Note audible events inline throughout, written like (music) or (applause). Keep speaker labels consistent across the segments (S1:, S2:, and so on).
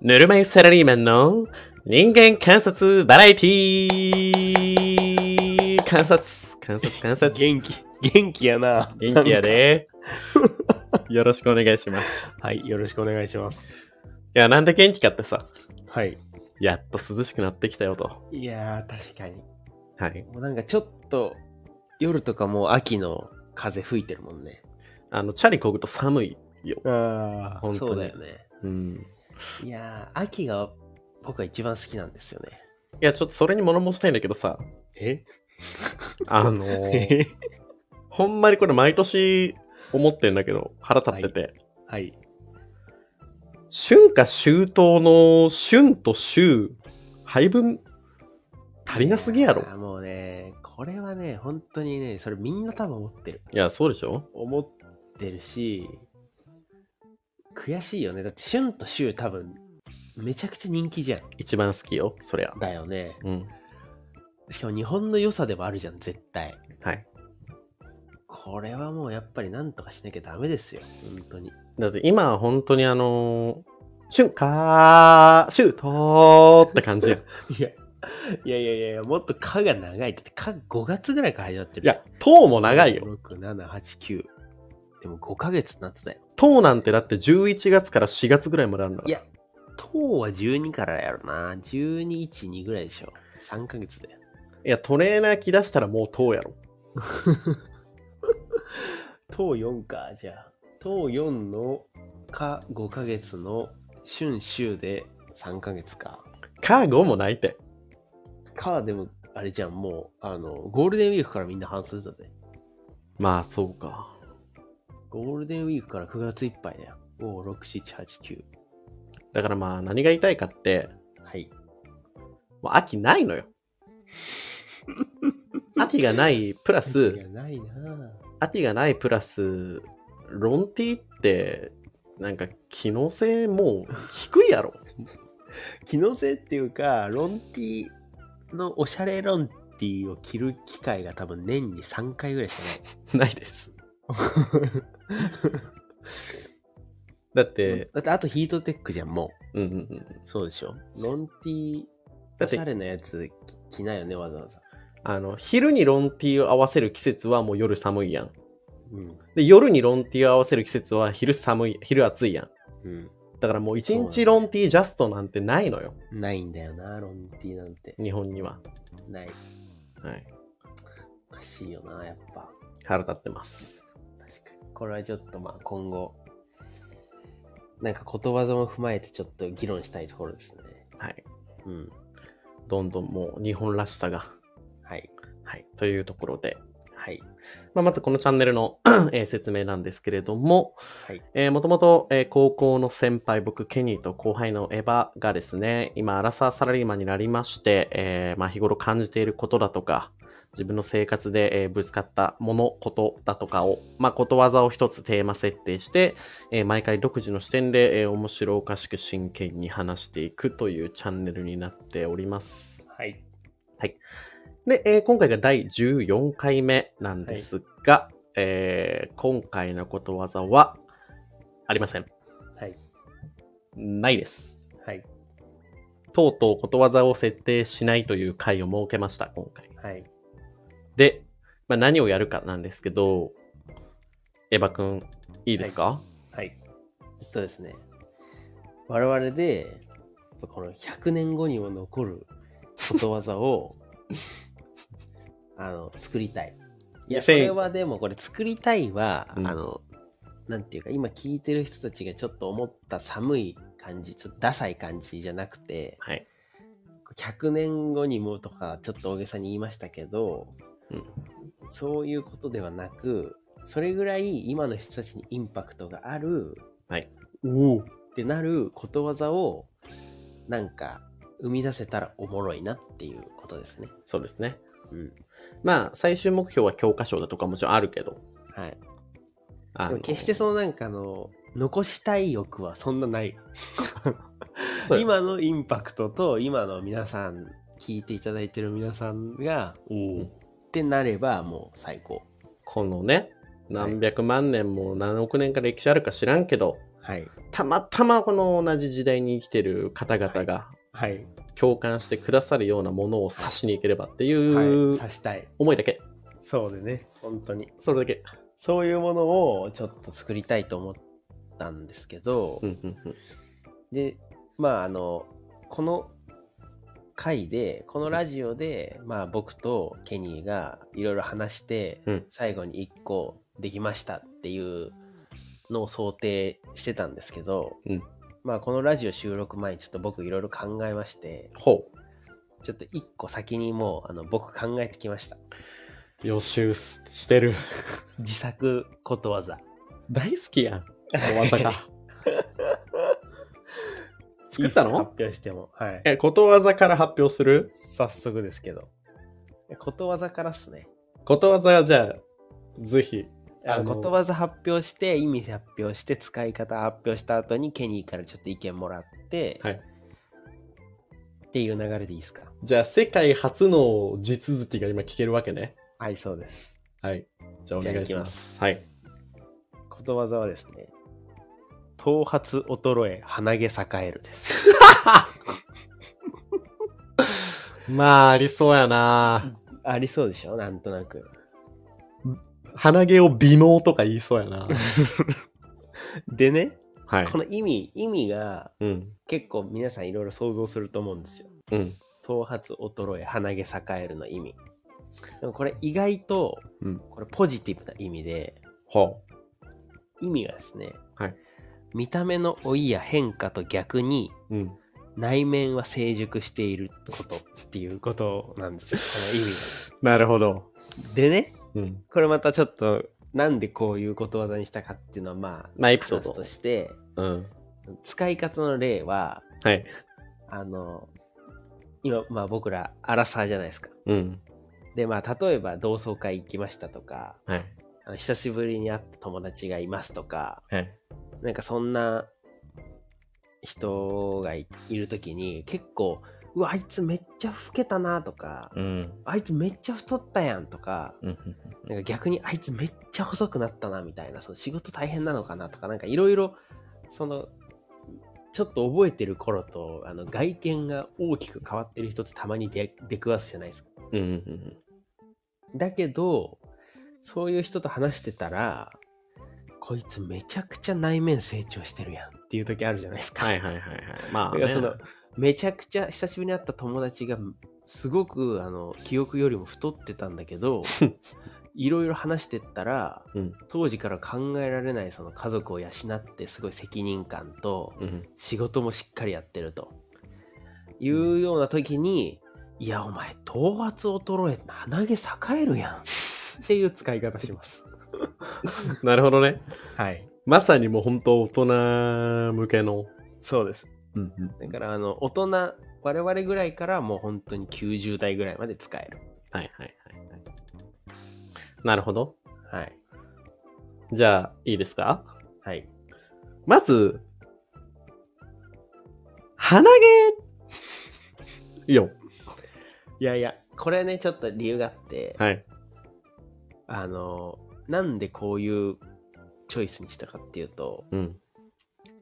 S1: ぬるま湯サラリーマンの人間観察バラエティー観察観察観察元
S2: 元気、元気やな。
S1: 気やでよろしくお願いします
S2: はい、よろしくお願いします。
S1: いやなんで元気かってさ
S2: はい。
S1: やっと涼しくなってきたよと
S2: いやー、確かに。
S1: はい
S2: もうなんかちょっと、夜とかもう秋の風吹いてるもんね。
S1: あのチャリこぐと寒いよ
S2: あ
S1: 本当に
S2: そうだよね。
S1: うん
S2: いやー、秋が僕は一番好きなんですよね。
S1: いやちょっとそれに物申したいんだけどさ
S2: え
S1: あのー (laughs) ほんまにこれ毎年思ってんだけど腹立ってて、
S2: (laughs) はい。
S1: 春夏秋冬の春と秋配分足りなすぎやろ
S2: いーもうね、これはね、本当にね、それみんな多分思ってる。
S1: いやそうでしょ
S2: 思ってるし、悔しいよね。だって、春と秋多分、めちゃくちゃ人気じゃん。
S1: 一番好きよそりゃ
S2: だよね。
S1: うん
S2: しかも日本の良さでもあるじゃん、絶対。
S1: はい
S2: これはもうやっぱりなんとかしなきゃダメですよ、本当に。 (laughs)
S1: だって今は本当にあのー、春夏秋冬って感じやんい
S2: いや、いやいやいや、もっと「か」が長い。だって「か」5月ぐらいから始まってる。
S1: や、冬も長いよ。
S2: 6、7、8、9。でも5ヶ月夏だよ。
S1: 冬なんてだって11月から4月ぐらいまであるんだから
S2: いや、当は12からやろな。12、1、2ぐらいでしょ。3ヶ月だよ。
S1: いやトレーナー着出したらもう冬やろ
S2: 当4か、じゃあ。当4の「か」5ヶ月の春秋で3ヶ月か。
S1: か5もないって
S2: か、でも、あれじゃん、もう、あの、ゴールデンウィークからみんな半袖だね。
S1: まあそうか
S2: ゴールデンウィークから9月いっぱいだよ。5、6、7、8、
S1: だからまあ何が言いたいかって
S2: 9。はい。
S1: もう秋ない
S2: (laughs)
S1: のよ秋がないプラス
S2: じゃないなぁ
S1: アティがないプラス、ロンティって、なんか機能性もう低いや
S2: (laughs)
S1: ろ。
S2: 気のせいっていうか、ロンティのおしゃれロンティを着る機会が多分年に3回ぐらいしか
S1: ない
S2: (laughs)
S1: です。
S2: ない。
S1: だって、
S2: だって、あとヒートテックじゃん、も
S1: うんうんうん
S2: う。。そうでしょ。ロンティ
S1: だ
S2: お
S1: って
S2: しゃれなやつ着着ないよね、わざわざ。
S1: あの、昼にロンティを合わせる季節はもう夜寒いやん。
S2: うん。
S1: で、夜にロンティを合わせる季節は昼寒い、昼暑いやん。
S2: うん。
S1: だからもう一
S2: そうだね
S1: 日ロンティジャストなんてないのよ、
S2: ないんだよな、ロンティなんて。
S1: 日本には。
S2: ない。
S1: はい。
S2: おかしいよな、やっぱ。
S1: 腹立ってます。
S2: 確かに。これはちょっとまあ今後、なんかことわざも踏まえてちょっと議論したいところですね。
S1: はい。
S2: うん。
S1: どんどんもう日本らしさが。
S2: はい。
S1: はい。というところで、
S2: はい。
S1: まあ、まずこのチャンネルの、 (clears throat) えー説明なんですけれども、
S2: はい
S1: えー、もともと、えー高校の先輩、僕、ケニーと後輩のエヴァがですね、今、アラサーサラリーマンになりまして、えーまあ、日頃感じていることだとか、自分の生活で、えーぶつかったもの、ことだとかを、まあ、ことわざを一つテーマ設定して、えー毎回独自の視点で、えー面白おかしく真剣に話していくというチャンネルになっております。
S2: はい。
S1: で、えー今回が第14回目なんですが、えー今回のことわざはありません。
S2: はい。
S1: ないです。
S2: はい。
S1: とうとうことわざを設定しないという回を設けました、今回。
S2: はい。
S1: で、まあ、何をやるかなんですけど、エヴァくん、いいですか、
S2: はい。えっとですね。我々で、この100年後にも残ることわざを、あの、作りたい。いや、
S1: 2000
S2: それはでもこれ作りたいは、
S1: うん
S2: あの、なんていうか、今聞いてる人たちがちょっと思った寒い感じ、ちょっとダサい感じじゃなくて、
S1: はい。
S2: 100年後にもとかちょっと大げさに言いましたけど、
S1: うん
S2: そういうことではなくそれぐらい今の人たちにインパクトがある、
S1: はい、
S2: おおってなることわざをなんか生み出せたらおもろいなっていうことですね。
S1: そうですね。
S2: うん
S1: まあ、最終目標は教科書だとかもちろんあるけど、
S2: はい、
S1: あ
S2: で
S1: の
S2: も決してそのなんかあの残したい欲はそんなない。
S1: (laughs) そう
S2: 今のインパクトと今の皆さん聞いていただいてる皆さんがおおってなればもう最高。
S1: このね、何百万年も何億年か歴史あるか知らんけど、
S2: はい。
S1: たまたまこの同じ時代に生きてる方々が
S2: はい。
S1: 共感してくださるようなものを指しに行ければってい
S2: は
S1: う
S2: い。刺したい。
S1: 思いだけ、
S2: そうでね。本当に。
S1: それだけ。
S2: そういうものをちょっと作りたいと思ったんですけど、
S1: うんうんうん
S2: で、まあ、あの、この回で、このラジオで、まあ、僕とケニーがいろいろ話して、
S1: うん
S2: 最後に1個できましたっていうのを想定してたんですけど、
S1: うん
S2: まあ、このラジオ収録前にちょっと僕いろいろ考えまして、
S1: ほ
S2: ちょっと1個先にもう、あの、僕考えてきました。
S1: う。予習すしてる。
S2: 自作ことわざ。
S1: 大好きやん。小技
S2: (laughs)
S1: が。作ったの
S2: いいっすか発表しても。はい。
S1: え、ことわざから発表する
S2: 早速ですけど。ことわざからっすね。
S1: ことわざじゃあ、ぜひ。
S2: あ
S1: あの
S2: ことわざ発表して、意味発表して、使い方発表した後にケニーからちょっと意見もらって、
S1: はい
S2: っていう流れでいいですか
S1: じゃあ、世界初の地続きが今聞けるわけね。
S2: はい、そうです。
S1: はい。じゃあ、お
S2: じゃあ
S1: 願いします。はい。
S2: ことわざはですね、頭髪衰え、鼻毛栄えるです。
S1: (laughs) まあ、ありそうやな
S2: ありそうでしょなんとなく。
S1: 鼻毛を美能とか言いそうやな
S2: でね、
S1: はい
S2: こ。の意味、意味が
S1: うん。
S2: 結構皆さんいろいろ想像すると思うんですよ。
S1: うん。
S2: 頭髪衰え、鼻毛栄えるの意味。でもこれ意外と、
S1: うん
S2: これポジティブな意味で、
S1: ほう。
S2: 意味がですね、
S1: はい
S2: 見た目の老いや変化と逆に
S1: うん。
S2: 内面は成熟していることっていうことなんです
S1: なるほど。
S2: よ。この意味が。でね、
S1: うん。
S2: これまたちょっとなんでこういうことわざにしたかっていうのはまあ、
S1: まあ、エピソー
S2: 話すと
S1: ド。
S2: して、
S1: うん。
S2: 使い方の例は、
S1: はい。
S2: あの、今、まあ僕らアラサーじゃないですか。
S1: うん。
S2: で、まあ例えば同窓会行きましたとか、
S1: はい。
S2: あの久しぶりに会った友達がいますとか、
S1: はい。
S2: なんかそんな人がいいる時に結構うわあいつめっちゃ老けたなとか、
S1: うん。
S2: あいつめっちゃ太ったやんとか
S1: うん。
S2: なんか逆にあいつめっちゃ細くなったなみたいなその仕事大変なのかなとかなんかいろいろそのちょっと覚えてる頃とあの外見が大きく変わってる人ってたまに出出くわすじゃないですか。
S1: うん。うん。
S2: だけどそういう人と話してたらこいつめちゃくちゃ内面成長してるやんっていう時あるじゃないですか。
S1: はいはいはい (laughs) はい。まあ、
S2: だからそのめちゃくちゃ久しぶりに会った友達がすごくあの記憶よりも太ってたんだけ (laughs) どいろいろ話してったら、
S1: うん
S2: 当時から考えられないその家族を養ってすごい責任感と
S1: うん。
S2: 仕事もしっかりやってるというような時に、いやお前頭髪衰え鼻毛栄えるやんっていう使い方します。
S1: なるほどね。
S2: (laughs) はい
S1: まさにもう本当大人向けの。
S2: そうです
S1: うんうん
S2: だからあの大人我々ぐらいからもう本当に90代ぐらいまで使える。
S1: はいはいはいはい。なるほど。
S2: はい
S1: じゃあ、いいですか
S2: はい。
S1: まず、鼻毛よ。
S2: いやいや、これね、ちょっと理由があって、
S1: はい。
S2: あの、なんでこういうチョイスにしたかっていうと、
S1: うん。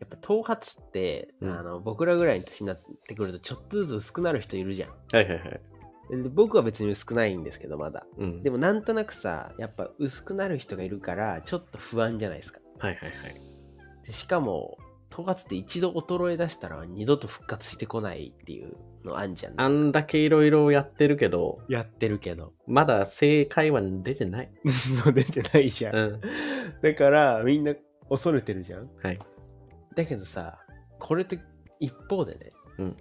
S2: やっぱ頭髪って、
S1: うん
S2: あの僕らぐらいの年になってくると、ちょっとずつ薄くなる人いるじゃ
S1: はいはいはい。
S2: ん。で僕は別に薄くないんですけど、まだ。
S1: うん。
S2: でもなんとなくさ、やっぱ薄くなる人がいるから、ちょっと不安じゃないですか。
S1: はいはいはい。
S2: でしかも、頭髪って一度衰え出したら二度と復活してこないっていうのあんじゃん。
S1: あんだけいろいろやってるけど、
S2: やってるけど。 (laughs)
S1: まだ正解は出てない。
S2: 嘘出てないじゃ
S1: うん。
S2: (laughs) だからみんな恐れてるじゃん
S1: はい
S2: だけどさこれと一方でね、
S1: うん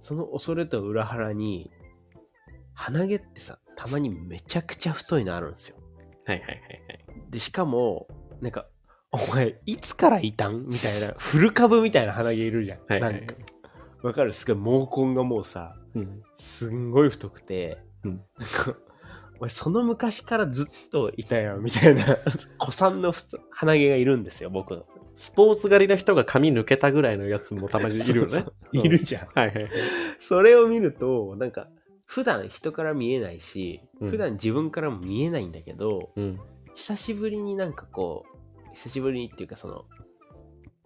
S2: その恐れと裏腹に鼻毛ってさたまにめちゃくちゃ太いのあるんですよ
S1: はいはいはいはい。
S2: でしかもなんか「お前いつからいたん?」みたいな古株みたいな鼻毛いるじゃん、
S1: はいはい
S2: なんかわかるすごい毛根がもうさ
S1: うん。
S2: すんごい太くて、
S1: うん
S2: なんか「おいその昔からずっといたよ」みたいな (laughs) 古参のふつ鼻毛がいるんですよ僕の。
S1: スポーツ狩りの人が髪抜けたぐらいのやつもたまにいるよね。
S2: そうそういるじゃん。
S1: はいはいはい。
S2: それを見ると、なんか、普段人から見えないし、
S1: うん
S2: 普段自分からも見えないんだけど、
S1: うん。
S2: 久しぶりになんかこう、久しぶりにっていうかその、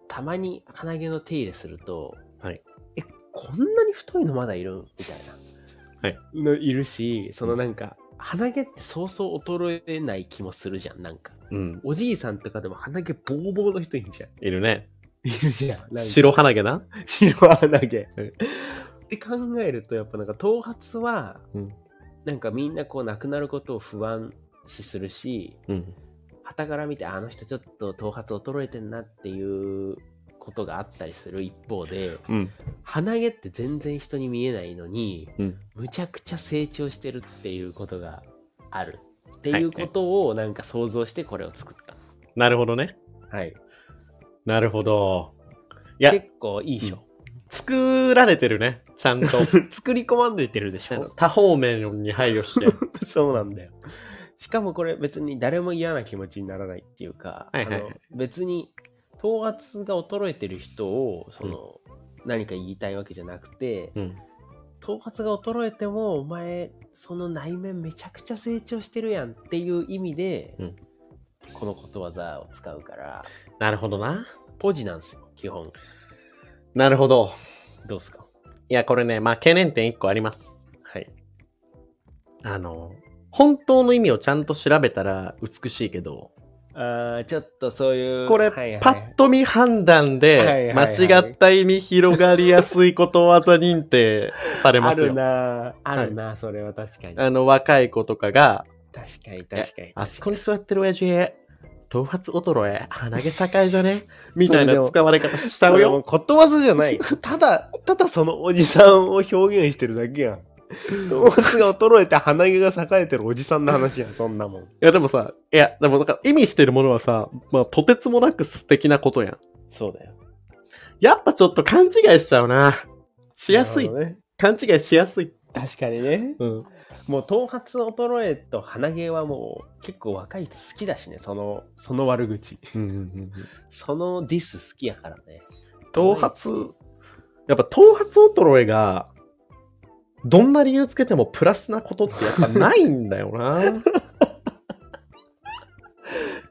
S2: たまに鼻毛の手入れすると、
S1: はい
S2: え、こんなに太いのまだいるみたいな。
S1: はい
S2: のいるし、そのなんか、鼻毛ってそうそう衰えない気もするじゃん、なんか。
S1: うん。
S2: おじいさんとかでも鼻毛ボーボーの人いるじゃん。
S1: いるね。
S2: いるじゃん。なんか
S1: 白鼻毛な。
S2: 白鼻毛。
S1: うん
S2: って考えるとやっぱなんか頭髪は
S1: うん。
S2: なんかみんなこうなくなることを不安視するし
S1: うん。
S2: 傍から見てあの人ちょっと頭髪衰えてんなっていうことがあったりする一方で
S1: うん。
S2: 鼻毛って全然人に見えないのに
S1: うん。
S2: むちゃくちゃ成長してるっていうことがあるっていうことをなんか想像してこれを作った。
S1: なるほどね。
S2: はい、
S1: なるほど。いや、
S2: 結構いいでしょ。
S1: 作られてるね。ちゃ (laughs) んと。
S2: (laughs) 作り込まれてるでし
S1: あの多方面に配慮 (laughs) して。
S2: (laughs) そうなんだよ。しかもこれ別に誰も嫌な気持ちにならないっていうか、
S1: はいはい
S2: あの別に頭髪が衰えてる人をその、何か言いたいわけじゃなくて、
S1: うん。
S2: 頭髪が衰えてもお前その内面めちゃくちゃ成長してるやんっていう意味で、
S1: うん
S2: このことわざを使うから
S1: なるほどな。
S2: ポジなんですよ基本
S1: なるほど。
S2: どうすか
S1: いや、これね、まあ、懸念点一個あります。
S2: はい
S1: あの、本当の意味をちゃんと調べたら美しいけど、
S2: あーちょっとそういう
S1: これ、
S2: はいはい
S1: パッと見判断
S2: はい
S1: で、
S2: はい
S1: 間
S2: はい
S1: 違った意味広がりやすいことわざ認定され
S2: あ
S1: ます
S2: る
S1: よ。
S2: なあるな、それは確かに確
S1: あの、若い子とかが、
S2: かに確かに
S1: あそこに座ってる親父、頭髪衰え、鼻毛栄えじゃねみたいな使われ方した
S2: そ
S1: の
S2: れも
S1: よ。
S2: ことわざじゃない。 (laughs) ただ、ただそのおじさんを表現してるだけやん。頭髪が衰えて鼻毛が栄えてるおじさんの話やん、そんなもん。
S1: いや、でもさ、いや、でもなんか意味してるものはさ、まあ、とてつもなく素敵なことやん。
S2: そうだよ。
S1: やっぱちょっと勘違いしちゃうな。しやすい。
S2: ね。
S1: 勘違いしやすい。
S2: 確かにね。
S1: うん。
S2: もう頭髪衰えと鼻毛はもう結構若い人好きだしね、その、その悪口。
S1: (laughs)
S2: そのディス好きやからね。
S1: 頭髪、やっぱ頭髪衰えが、どんな理由つけてもプラスなことってやっぱないんだよ (laughs) な。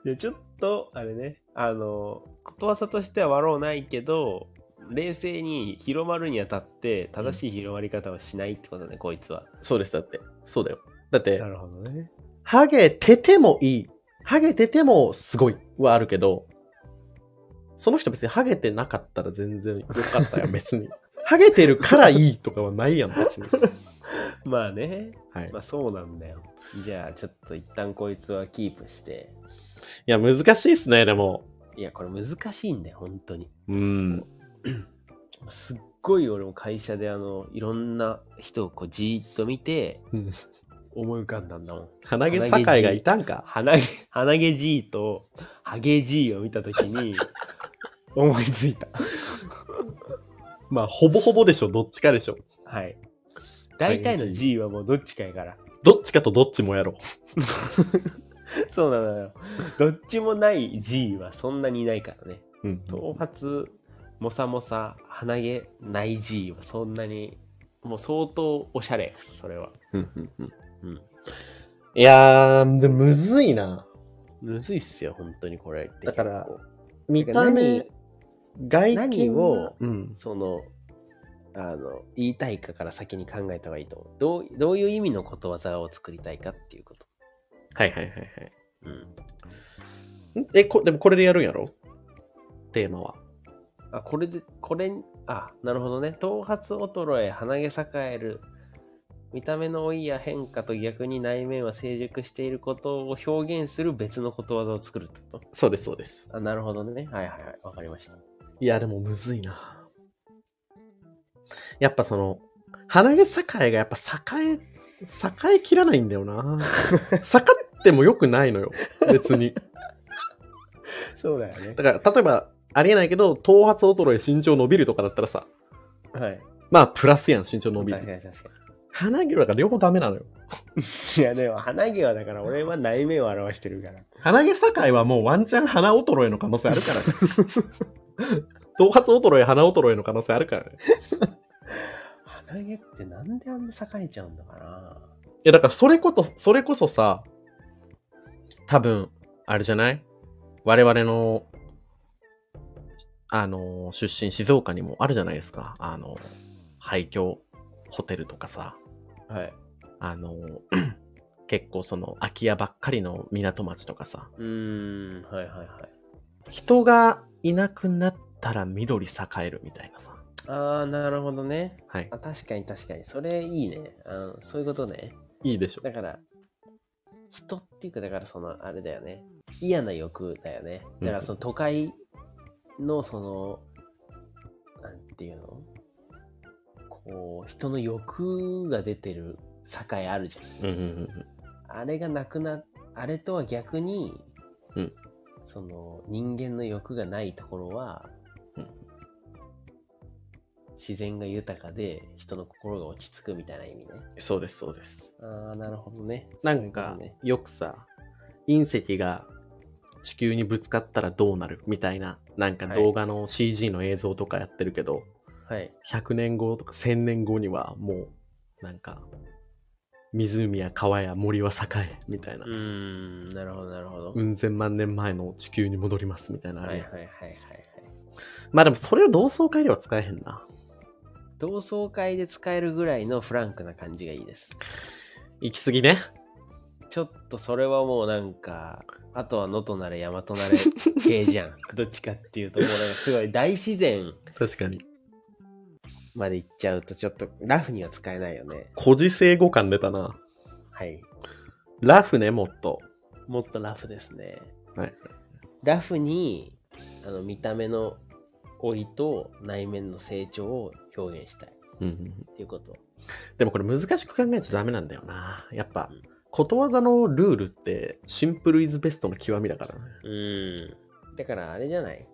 S2: で、ちょっと、あれね、あの、ことわざとしては悪うないけど、冷静に広まるにあたって正しい広まり方はしないってことね、こいつは。
S1: そうです、だって。そうだよ。だって、
S2: るほどね。
S1: ハゲててもいい。ハゲててもすごいはあるけど、その人別にハゲてなかったら全然よかった (laughs) よ、別に。ハゲてるからいいとかはないやん、別に。
S2: (laughs) まあね、
S1: はい
S2: まあそうなんだよ。じゃあちょっと一旦こいつはキープして。
S1: いや、難しいっすね、でも。
S2: いや、これ難しいんだよ、本当に。
S1: うん。
S2: すっごい俺も会社であの、いろんな人をこうじーっと見て
S1: うん、
S2: 思い浮かんだんだもん。
S1: 鼻毛酒井がいたんか。
S2: 鼻毛、鼻毛 G と、ハゲ G を見たとき
S1: (laughs)
S2: に、思いついた。
S1: まあ、ほぼほぼでしょ、どっちかでしょ。
S2: はい。大体の G はもうどっちかやから。
S1: どっちかとどっちもやろ
S2: そうなのよ。どっちもない G はそんなにいないからね。
S1: う。うん
S2: 頭髪もさもさ鼻毛ない G はそんなにもう相当おしゃれそれはうん
S1: いやー、で、むずいな。
S2: むずいっすよ本当にこれって
S1: だから
S2: 結構
S1: 見た目、外見が
S2: 何を
S1: うん。
S2: そのあの言いたいかから先に考えた方がいいと思うどうどういう意味のことわざを作りたいかっていうこと、
S1: はいはいはいは
S2: うん、
S1: い。んえ、こでもこれでやるんやろテーマは。
S2: あこれでこれあなるほどね頭髪衰え鼻毛栄える見た目の老いや変化と逆に内面は成熟していることを表現する別のことわざを作るってこと
S1: そうですそうです。
S2: あなるほどね。はいはいはい。わかりました。
S1: いや、でもむずいな。やっぱその、鼻毛酒井がやっぱ栄え、栄えきらないんだよ (laughs) な。栄っても良くないのよ。別に。
S2: そうだよね。
S1: だから、例えば、ありえないけど、頭髪衰え、身長伸びるとかだったらさ、
S2: はい。
S1: まあ、プラスやん、身長伸び
S2: 確か
S1: る。
S2: に確か
S1: 鼻毛だから両方ダメなのよ。
S2: に。いやでも鼻毛はだから俺は内面を表してるから。
S1: 鼻毛境はもうワンチャン鼻衰えの可能性あるからね。頭髪衰え、鼻衰えの可能性あるからね。
S2: 鼻毛ってなんであんな栄えちゃうんだかない
S1: や、だからそれこと、それこそさ、多分、あれじゃない我々のあの、出身静岡にもあるじゃないですか。あの、廃墟ホテルとかさ、
S2: はい。
S1: あの、 (clears throat) 結構その空き家ばっかりの港町とかさ、
S2: うーん、はいはいはい。
S1: 人がいなくなったら緑栄えるみたいなさ。
S2: ああ、なるほどね。
S1: はい。
S2: あ確かに確かに。それいいね。うん、そういうことね。
S1: いいでしょ。
S2: だから、人っていうか、だからその、あれだよね。嫌な欲だよね。
S1: う
S2: だから
S1: ん
S2: その都会のその、なんていうのこう、人の欲が出てる境あるじゃん。
S1: うんうんうんうん。
S2: あれがなくな、あれとは逆に、
S1: うん
S2: その人間の欲がないところは、
S1: うん
S2: 自然が豊かで人の心が落ち着くみたいな意味ね。
S1: そうです、そうです。
S2: ああ、なるほどね。
S1: なんか
S2: そういうこ、
S1: よくさ、隕石が地球にぶつかったらどうなるみたいな、なんか動画の CG の映像とかやってるけど、
S2: とね
S1: 100年後とか1000年後にはもう、なんか、湖や川や森は栄え、みたいな
S2: はい。う。ーん、なるほど、なるほど。
S1: うん千万年前の地球に戻ります、みたいなあ
S2: は
S1: れ
S2: いはい
S1: やん。
S2: はいはいはい。
S1: まあでもそれを同窓会では使えへんな。
S2: 同窓会で使えるぐらいのフランクな感じがいいです。
S1: 行き過ぎね。
S2: ちょっとそれはもうなんか、あとは能登なれ山となれ系じゃ (laughs) ん。どっちかっていうと、もうなんかすごい大自然
S1: 確かに。
S2: まで行っちゃうとちょっとラフには使えないよね。
S1: 孤児生語感出たな。
S2: はい。
S1: ラフね、もっと。
S2: もっとラフですね。
S1: はい。
S2: ラフにあの見た目の老いと内面の成長を表現したい
S1: うんうん。
S2: っていうこと。
S1: でもこれ難しく考えちゃダメなんだよな。やっぱ、ことわざのルールってシンプルイズベストの極みだからね。
S2: うん。だからあれじゃない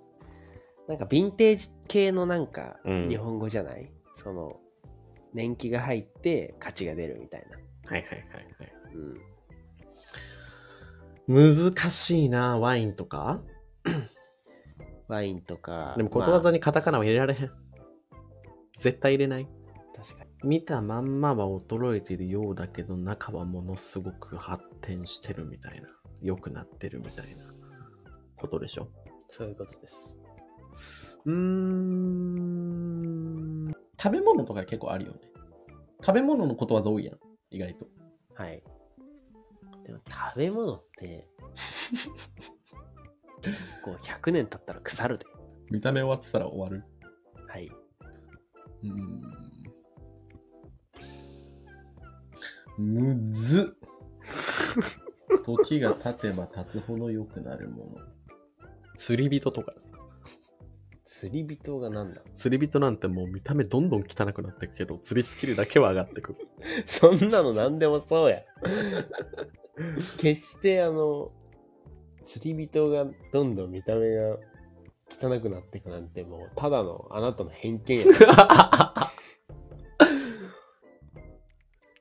S2: なんかヴィンテージ系のなんか
S1: うん
S2: 日本語じゃない、その年季が入って価値が出るみたいな。
S1: はいはいは
S2: うん。
S1: いはい。難しいな、ワインとか。
S2: ワインとか。
S1: でもことわざ
S2: に、
S1: にカタカナは入れられへん。絶対入れない。
S2: 確かに。
S1: 見たまんまは衰えてるようだけど中はものすごく発展してるみたいな良くなってるみたいなことでしょ
S2: そういうことです。
S1: うーん食べ物とか結構あるよね食べ物のことわざ多いやん意外と
S2: はい。でも食べ物 (laughs) って、こう100年経ったら腐るで。
S1: 見た目終わってたら終わる
S2: はい。
S1: うーんむ (laughs) ずっ時が経てば経つほど良くなるもの釣り人とかですか
S2: 釣り人が何だ
S1: 釣り人なんてもう見た目どんどん汚くなっていくけど釣りスキルだけは上がって (laughs) くる
S2: そんなの何でもそうや。決してあの、釣り人がどんどん見た目が汚くなっていくなんてもうただのあなたの偏見や。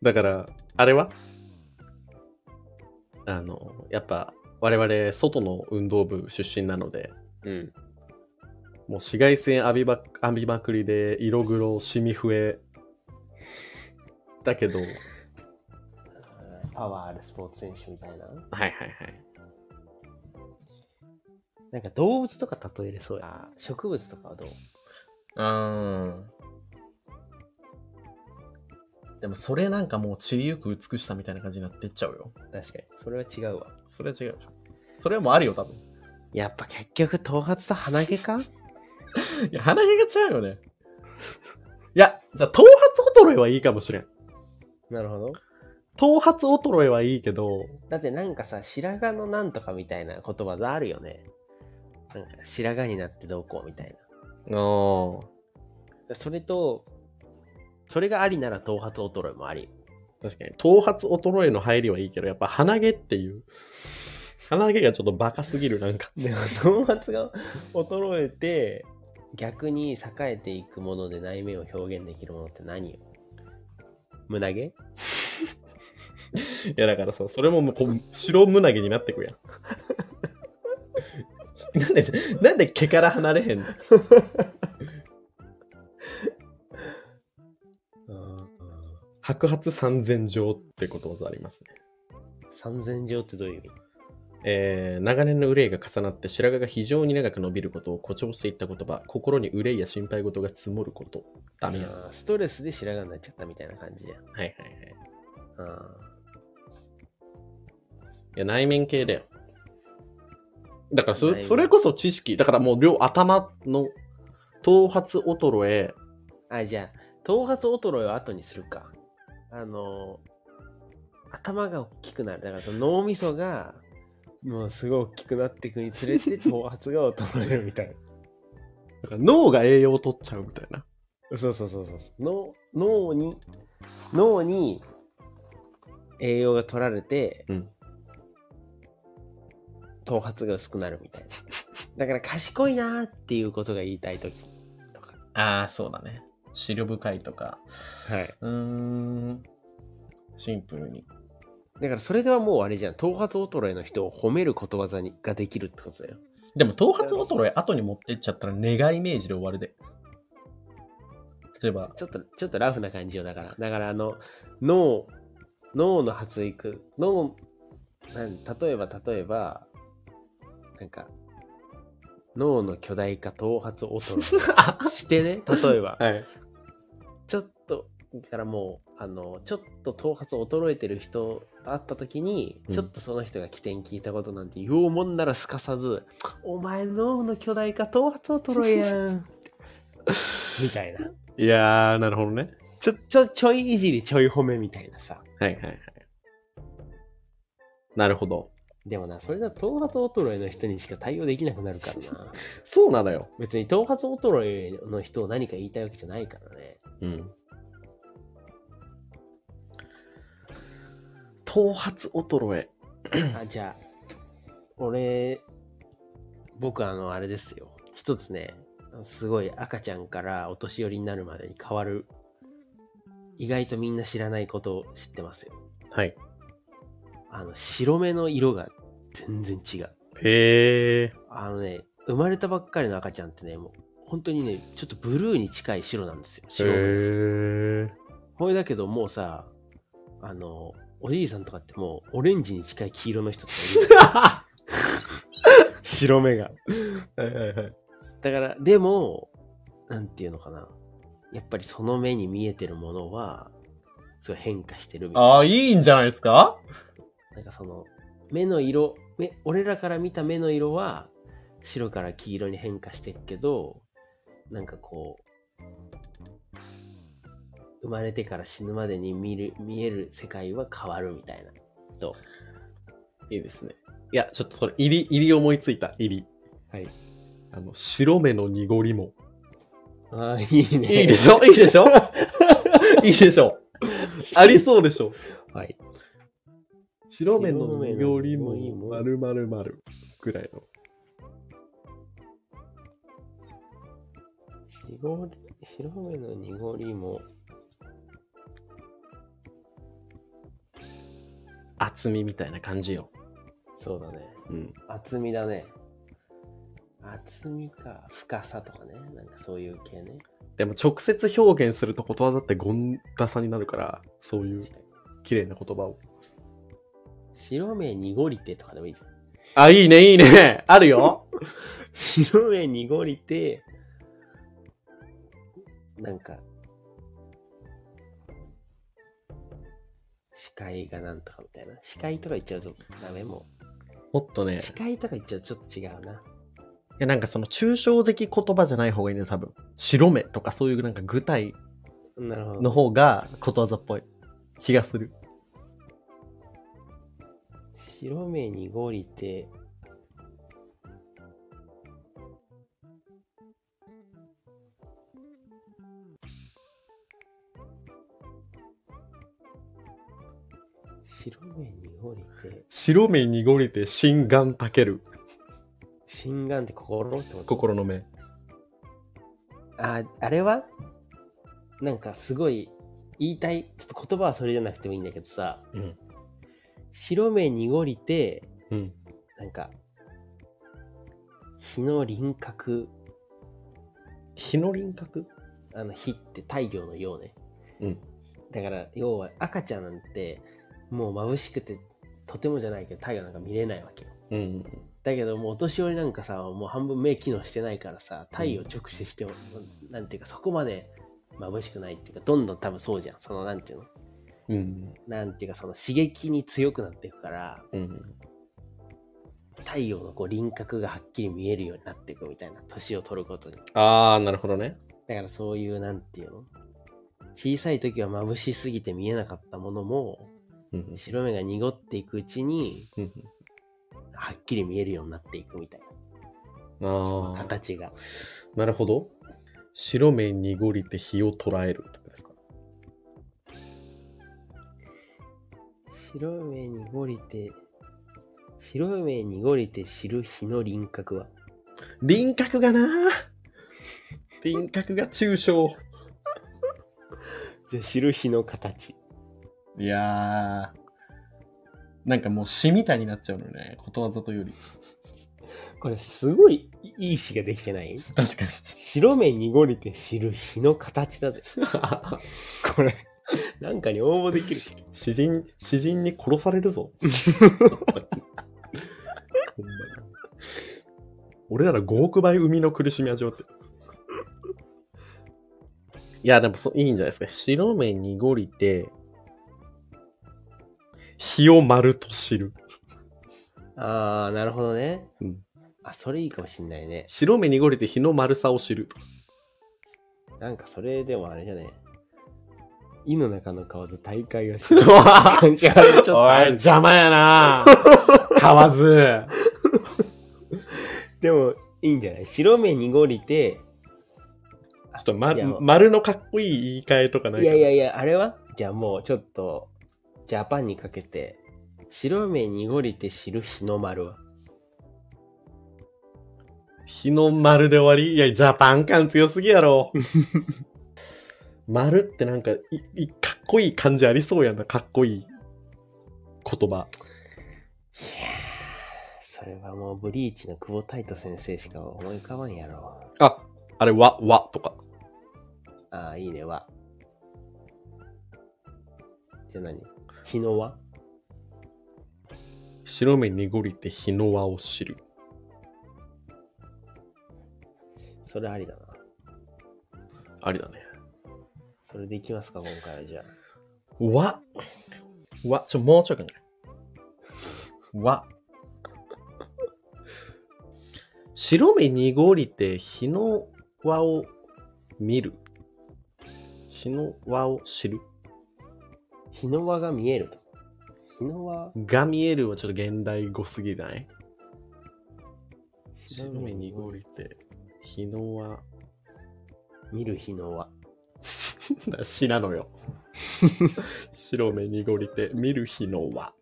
S1: だからあれはあのやっぱ我々外の運動部出身なので
S2: うん。
S1: もう紫外線浴びば浴びまくりで色黒シミ増えだけどはい
S2: パワーあるスポーツ選手みたいな。
S1: はいはい
S2: なんか動物とか例えれそうや。植物とかはどう
S1: うんでもそれなんかもう散りゆく美しさみたいな感じになってっちゃうよ
S2: 確かに。それは違うわ。
S1: それは違うそれはもうあるよ多分
S2: やっぱ結局頭髪と鼻毛か
S1: いや、鼻毛が違うよね。いや、じゃあ、頭髪衰えはいいかもしれん。
S2: (laughs) なるほど。
S1: 頭髪衰えはいいけど、
S2: だってなんかさ、白髪のなんとかみたいな言葉があるよね。なんか白髪になってどうこうみたい
S1: あ
S2: な。それと、それがありなら頭髪衰えもあり。
S1: 確かに、頭髪衰えの入りはいいけど、やっぱ鼻毛っていう、鼻毛がちょっとバカすぎる、なんか。
S2: でも頭髪が (laughs) 衰えて、逆に栄えていくもので内面を表現できるものって何よ胸毛
S1: いや、だからさ、それももうこう、白胸毛になってくやん。 (laughs) なんで、なんで毛から離れへんの
S2: うん。
S1: 白髪三千丈ってことわざありますね。
S2: 三千条ってどういう意味
S1: えー長年の憂いが重なって白髪が非常に長く伸びることを誇張していった言葉心に憂いや心配事が積もることダメやは
S2: あーストレスで白髪になっちゃったみたいな感じやん。
S1: いはいはい
S2: あ
S1: いや内面系だよだからそ
S2: 内面
S1: それこそ知識だからもう両頭の頭髪衰え
S2: ーあ、じゃあ、頭髪衰えを後にするか。あのー、頭が大きくなる。だからその脳みそが、もうすごい大きくなっていくにつれて、頭髪が衰えるみたいな。
S1: だから脳が栄養を取っちゃうみたいな
S2: そうそうそうそうそう脳脳に脳に栄養が取られて、
S1: うん
S2: 頭髪が薄くなるみたいなだから賢いなーっていうことが言いたい時とか
S1: ああそうだね資料深いとか
S2: はいう
S1: ーんシンプルに
S2: だからそれではもうあれじゃん頭髪衰えの人を褒めることわざにができるってことだよ
S1: でも頭髪衰え後に持ってっちゃったら願いイメージで終わるで例えば
S2: ちょっとちょっとラフな感じよだからだからあの脳脳の発育脳なん例えば例えばなんか脳の巨大化頭髪衰えしてね例えば
S1: はい
S2: ちょっとだからもうあのちょっと頭髪衰えてる人と会った時に、
S1: うん
S2: ちょっとその人が起点聞いたことなんて言おうもんならすかさず「お前脳の巨大化頭髪衰えや
S1: (laughs)
S2: ん」 (laughs) みたいない
S1: やーなるほどね
S2: ちょ、ちょ、ちょいいじり、ちょい褒めみたいなさ。
S1: はいはいはいなるほど
S2: でもな、それだと頭髪衰えの人にしか対応できなくなるからな。
S1: そうなのよ
S2: 別に頭髪衰えの人を何か言いたいわけじゃないからね。
S1: うん頭髪衰え
S2: あ、じゃあ、俺、僕あの、あれですよ。一つね、すごい赤ちゃんからお年寄りになるまでに変わる、意外とみんな知らないことを知ってますよ。
S1: はい
S2: あの、白目の色が全然違う。
S1: へえ
S2: あのね、生まれたばっかりの赤ちゃんってね、もう本当にね、ちょっとブルーに近い白なんですよ。白目。
S1: へ
S2: これだけどもうさ、あの、おじいさんとかってもうオレンジに近い黄色の人とかいる
S1: (laughs)
S2: じゃん
S1: 白目がはいはいはい
S2: だから、でも、なんていうのかな。やっぱりその目に見えてるものは、すごい変化してるみたい
S1: (laughs) ああいいんじゃないですか
S2: な。なんかその、目の色、目、俺らから見た目の色は、白から黄色に変化してるけど、なんかこう、生まれてから死ぬまでに見る、見える世界は変わるみたいな。
S1: いいですね。いや、ちょっとそれ、入り、入り思いついた、入り。
S2: はい。
S1: あの、白目の濁りも。
S2: ああ、い (laughs) いね。
S1: いいでしょいいでし (laughs) ょいいでしょありそうでしょ
S2: はい。
S1: 白目の濁り
S2: 白目の濁りも
S1: も、まるまるまるぐらいの。
S2: 白り白目の濁りも、
S1: 厚みみたいな感じよ。
S2: そうだね。
S1: うん。
S2: 厚みだね。厚みか、深さとかね。なんかそういう系ね。
S1: でも、直接表現するとことわざってゴンダさになるから、そういう
S2: 確かに
S1: 綺麗な言葉を。
S2: 白目濁りてとかでもいいじゃん。
S1: あ、いいね、いいね。あるよ。
S2: 白目濁りて、なんか、視界がなんとかみたいな。視界とか言っちゃうとダメも
S1: もっと
S2: う。
S1: ね、い
S2: 視界とか言っちゃうとちょっと違うな。
S1: や、なんかその抽象的言葉じゃない方がいいね、多分。白目とかそういうなんか具体
S2: なるほど。
S1: の方がことわざっぽい気がする。
S2: 白目濁りて白目濁りて
S1: 白目濁りて心眼たける
S2: 心眼って心ってこと
S1: 心の目
S2: ああれはなんかすごい言いたいちょっと言葉はそれじゃなくてもいいんだけどさ
S1: うん
S2: 白目濁りて
S1: うん
S2: なんか日の輪郭
S1: 日の輪郭
S2: あの火って太陽のようね。
S1: うん
S2: だから要は赤ちゃんなんてもう眩しくてとてもじゃないけど太陽なんか見れないわけよ。
S1: うん。
S2: だけどもうお年寄りなんかさもう半分目機能してないからさ太陽直視しても、なんていうかそこまで眩しくないっていうかどんどん多分そうじゃんそのなんていうの
S1: うん。
S2: なんていうかその刺激に強くなっていくから
S1: うん。
S2: 太陽のこう輪郭がはっきり見えるようになっていくみたいな年を取ることに
S1: ああ、なるほどね。
S2: だからそういうなんていうの小さい時は眩しすぎて見えなかったものも
S1: うん。
S2: 白目が濁っていくうちに
S1: うん
S2: はっきり見えるようになっていくみたいなその
S1: ああ、
S2: 形が
S1: なるほど。白目濁りて日を捉えるとかですか。
S2: 白目濁りて白目濁りて知る日の輪郭は
S1: 輪郭がなあ輪郭が抽象。
S2: じゃあ知る日の形
S1: いやー。なんかもう詩みたいになっちゃうのね。ことわざとより。
S2: これすごいいい詩ができてない
S1: 確 (laughs) かに。
S2: 白目濁りて知る日の形だぜこれなんかに応募できる
S1: 詩人、詩人に殺される (laughs) ぞ。ほんまに俺なら5億倍生みの苦しみ味わってる。いや、でもそういいんじゃないですか。白目濁りて、日を丸と知る。
S2: ああなるほどね、
S1: うん
S2: あそれいいかもしんないね
S1: 白目濁りて日の丸さを知る。
S2: なんかそれでもあれじゃね胃の中の蛙大会がし
S1: お
S2: (laughs) 感じがあるちょっとあ
S1: い、
S2: る
S1: 邪魔や
S2: (laughs)
S1: な買わず。
S2: でもいいんじゃない白目濁りて
S1: ちょっと、ま
S2: いや、
S1: 丸のかっこいい言い換えとかない
S2: い
S1: かな
S2: やいやいや、あれはじゃあもうちょっと、ジャパンにかけて、白目濁りて知る日の丸は。
S1: 日の丸で終わりいや、ジャパン感強すぎやろ。 (laughs) 丸ってなんかいい、かっこいい感じありそうやな、かっこいい言葉。
S2: それはもうブリーチの久保太斗先生しか思い浮かばんやろ。
S1: あ、あれ、わ、わとか。
S2: ああ、いいね、は。じゃあ何日の輪
S1: 白目濁りて日の輪を知る。
S2: それありだな。
S1: ありだね。
S2: それでいきますか、今回はじゃあ。
S1: わ。わ、ちょ、もうちょい考え。わ。白目濁りて日の輪を見る。日の輪を知る。
S2: 日の輪が見えると。日の輪
S1: が見えるはちょっと現代語すぎない白目濁りて日の輪
S2: 見る日の輪。
S1: 詩なのよ白目濁りて見る日の輪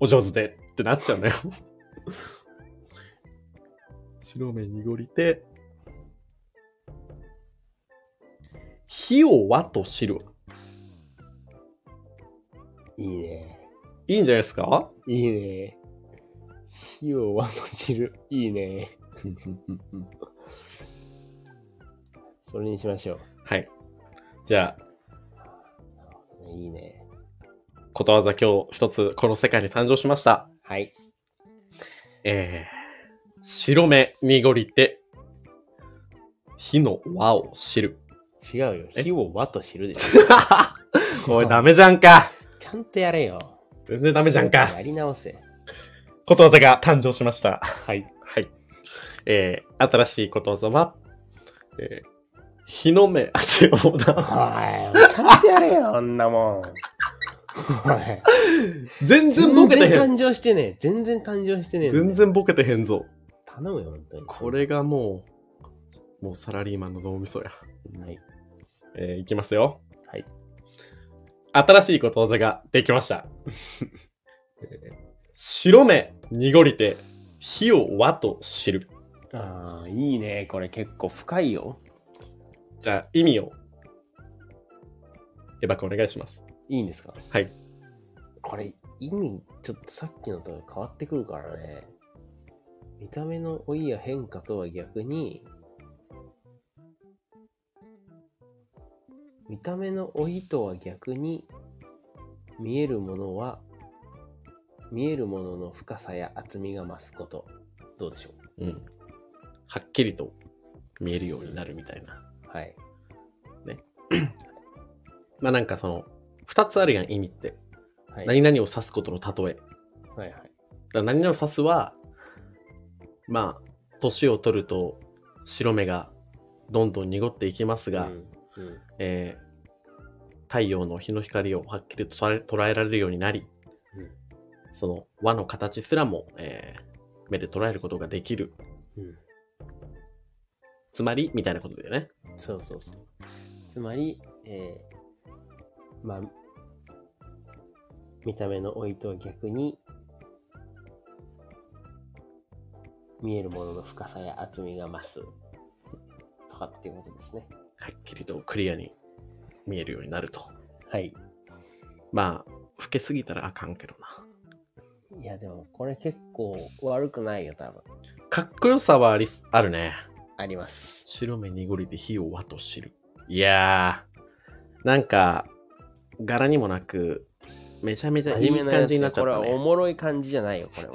S1: お上手でってなっちゃうのよ白目濁りて火を輪と知る
S2: いいね。
S1: いいんじゃないですか
S2: いいね。火を輪の汁。いいね。それにしましょ
S1: はいじゃあ
S2: う。いいね。
S1: ことわざ今日一つこの世界に誕生しました。
S2: はい。
S1: えー、白目濁りて、火の輪を知る。
S2: 違うよ。
S1: え
S2: 火を輪と知るでし
S1: (laughs) おい、ダメじゃんか。
S2: ょ。ちゃんとやれよ。
S1: 全然ダメじゃんか。
S2: やり直せ。
S1: ことわざが誕生しました。はい。はい。えー、新しいことわざは、えー、火の目、あ、違う
S2: おい、
S1: だ。
S2: ちゃんとやれ
S1: (laughs)
S2: よ、あんなもん。お
S1: 全
S2: い
S1: 然ボ
S2: 全
S1: ケて
S2: 然
S1: へん。
S2: 誕生してねえ。全然誕生してねえんだよ。
S1: 全然ボケてへんぞ。
S2: 頼むよ、本当に。
S1: これがもう、もうサラリーマンの脳みそや。
S2: はい。
S1: えーいきますよ。
S2: はい。
S1: 新しいことわざができました。えー白目濁りて、火を和と知る。
S2: ああ、いいね。これ結構深いよ。
S1: じゃあ、意味を。エバくお願いします。
S2: いいんですか
S1: はい。
S2: これ意味ちょっとさっきのと変わってくるからね見た目の老いや変化とは逆に見た目の老いとは逆に見えるものは見えるものの深さや厚みが増すこと。どうでしょ
S1: うん。はっきりと見えるようになるみたいな。
S2: うはい。
S1: まあなんかその、二つあるやん、意味って。
S2: はい。
S1: 何々を指すことの例え。だか
S2: はいはい。
S1: ら何々を指すは、まあ、年を取ると白目がどんどん濁っていきますが、
S2: うんうん
S1: えー太陽の日の光をはっきりと捉え捉えられるようになり、
S2: うん
S1: その輪の形すらも、えー目で捉えることができる。
S2: うん
S1: つまり、みたいなことだよね。
S2: そうそうそう。つまり、えー、まあ、見た目の老いとは逆に、見えるものの深さや厚みが増す。とかっていうことですね。
S1: はっきりとクリアに見えるようになると。
S2: はい。
S1: まあ、老けすぎたらあかんけどな。
S2: いや、でも、これ結構悪くないよ、多分。
S1: かっこよさはありす、あるね。
S2: あります。
S1: 白目濁りで火を和と知る。いやー、なんか、柄にもなく、めちゃめちゃいい
S2: 真面目な
S1: 感
S2: や
S1: じになっ
S2: つ
S1: ちゃっ
S2: これ
S1: た
S2: はお
S1: ね。
S2: もろい感じじゃないよ、こ
S1: (laughs)
S2: れは。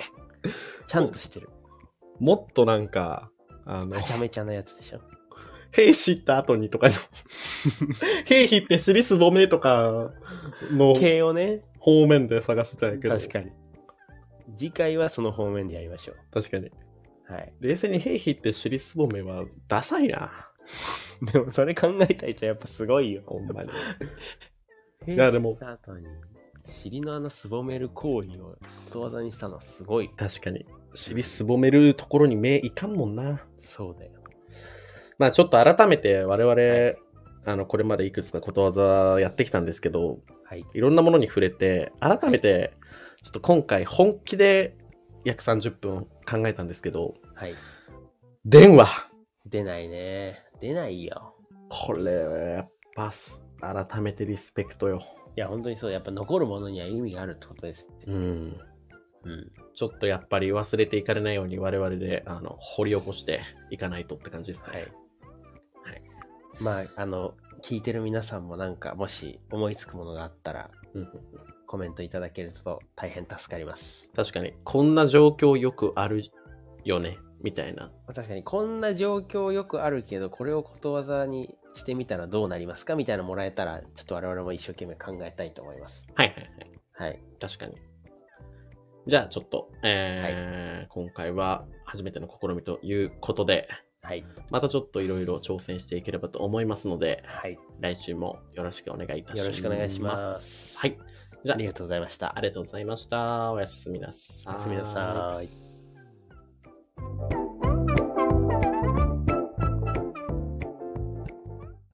S2: ちゃんとしてる。
S1: もっとなんか、あの
S2: は、ちゃめちゃなやつでしょ。
S1: 兵士った後にとかの、兵士って尻すぼめとかの
S2: 系をね、
S1: 方面で探したいけど。
S2: 確かに。次回はその方面でやりましょ
S1: 確かに。
S2: う。はい。
S1: 冷静に兵士って尻すぼめはダサいな。
S2: でもそれ考えた人やっぱすごいよ。
S1: ほんまに。
S2: い
S1: やでも
S2: た後に尻の穴すぼめる行為をことわざにしたのはすごい。
S1: 確かに。尻すぼめるところに目いかんもんな。
S2: そうだよ。
S1: まあちょっと改めて我々、
S2: はい
S1: あの、これまでいくつかことわざやってきたんですけど、
S2: はい。
S1: いろんなものに触れて、改めて、ちょっと今回本気で約30分考えたんですけど、
S2: はい。
S1: 電話
S2: 出ないね。出ないよ。
S1: これはやっぱす改めてリスペクトよ。
S2: いや、本当にそう。やっぱ残るものには意味があるってことです。
S1: うん。
S2: うん。
S1: ちょっとやっぱり忘れていかれないように我々であの掘り起こしていかないとって感じですね。
S2: はい。まあ、あの、聞いてる皆さんもなんか、もし思いつくものがあったら、
S1: うんうん
S2: コメントいただけると大変助かります。
S1: 確かに、こんな状況よくあるよね、みたいな。
S2: まあ確かに、こんな状況よくあるけど、これをことわざにしてみたらどうなりますかみたいなのもらえたら、ちょっと我々も一生懸命考えたいと思います。
S1: はいはいはい。
S2: はい。
S1: 確かに。じゃあちょっと、えー今回は初めての試みということで、
S2: はい。
S1: またちょっといろいろ挑戦していければと思いますので、
S2: はい。
S1: 来週もよろしくお願いいたします。
S2: よろしくお願いしま。す。
S1: はい。。じゃ
S2: あ
S1: あ
S2: りがとうございました
S1: あ。りがとうございました。おやすみなさ
S2: お
S1: い。
S2: やすみなさい。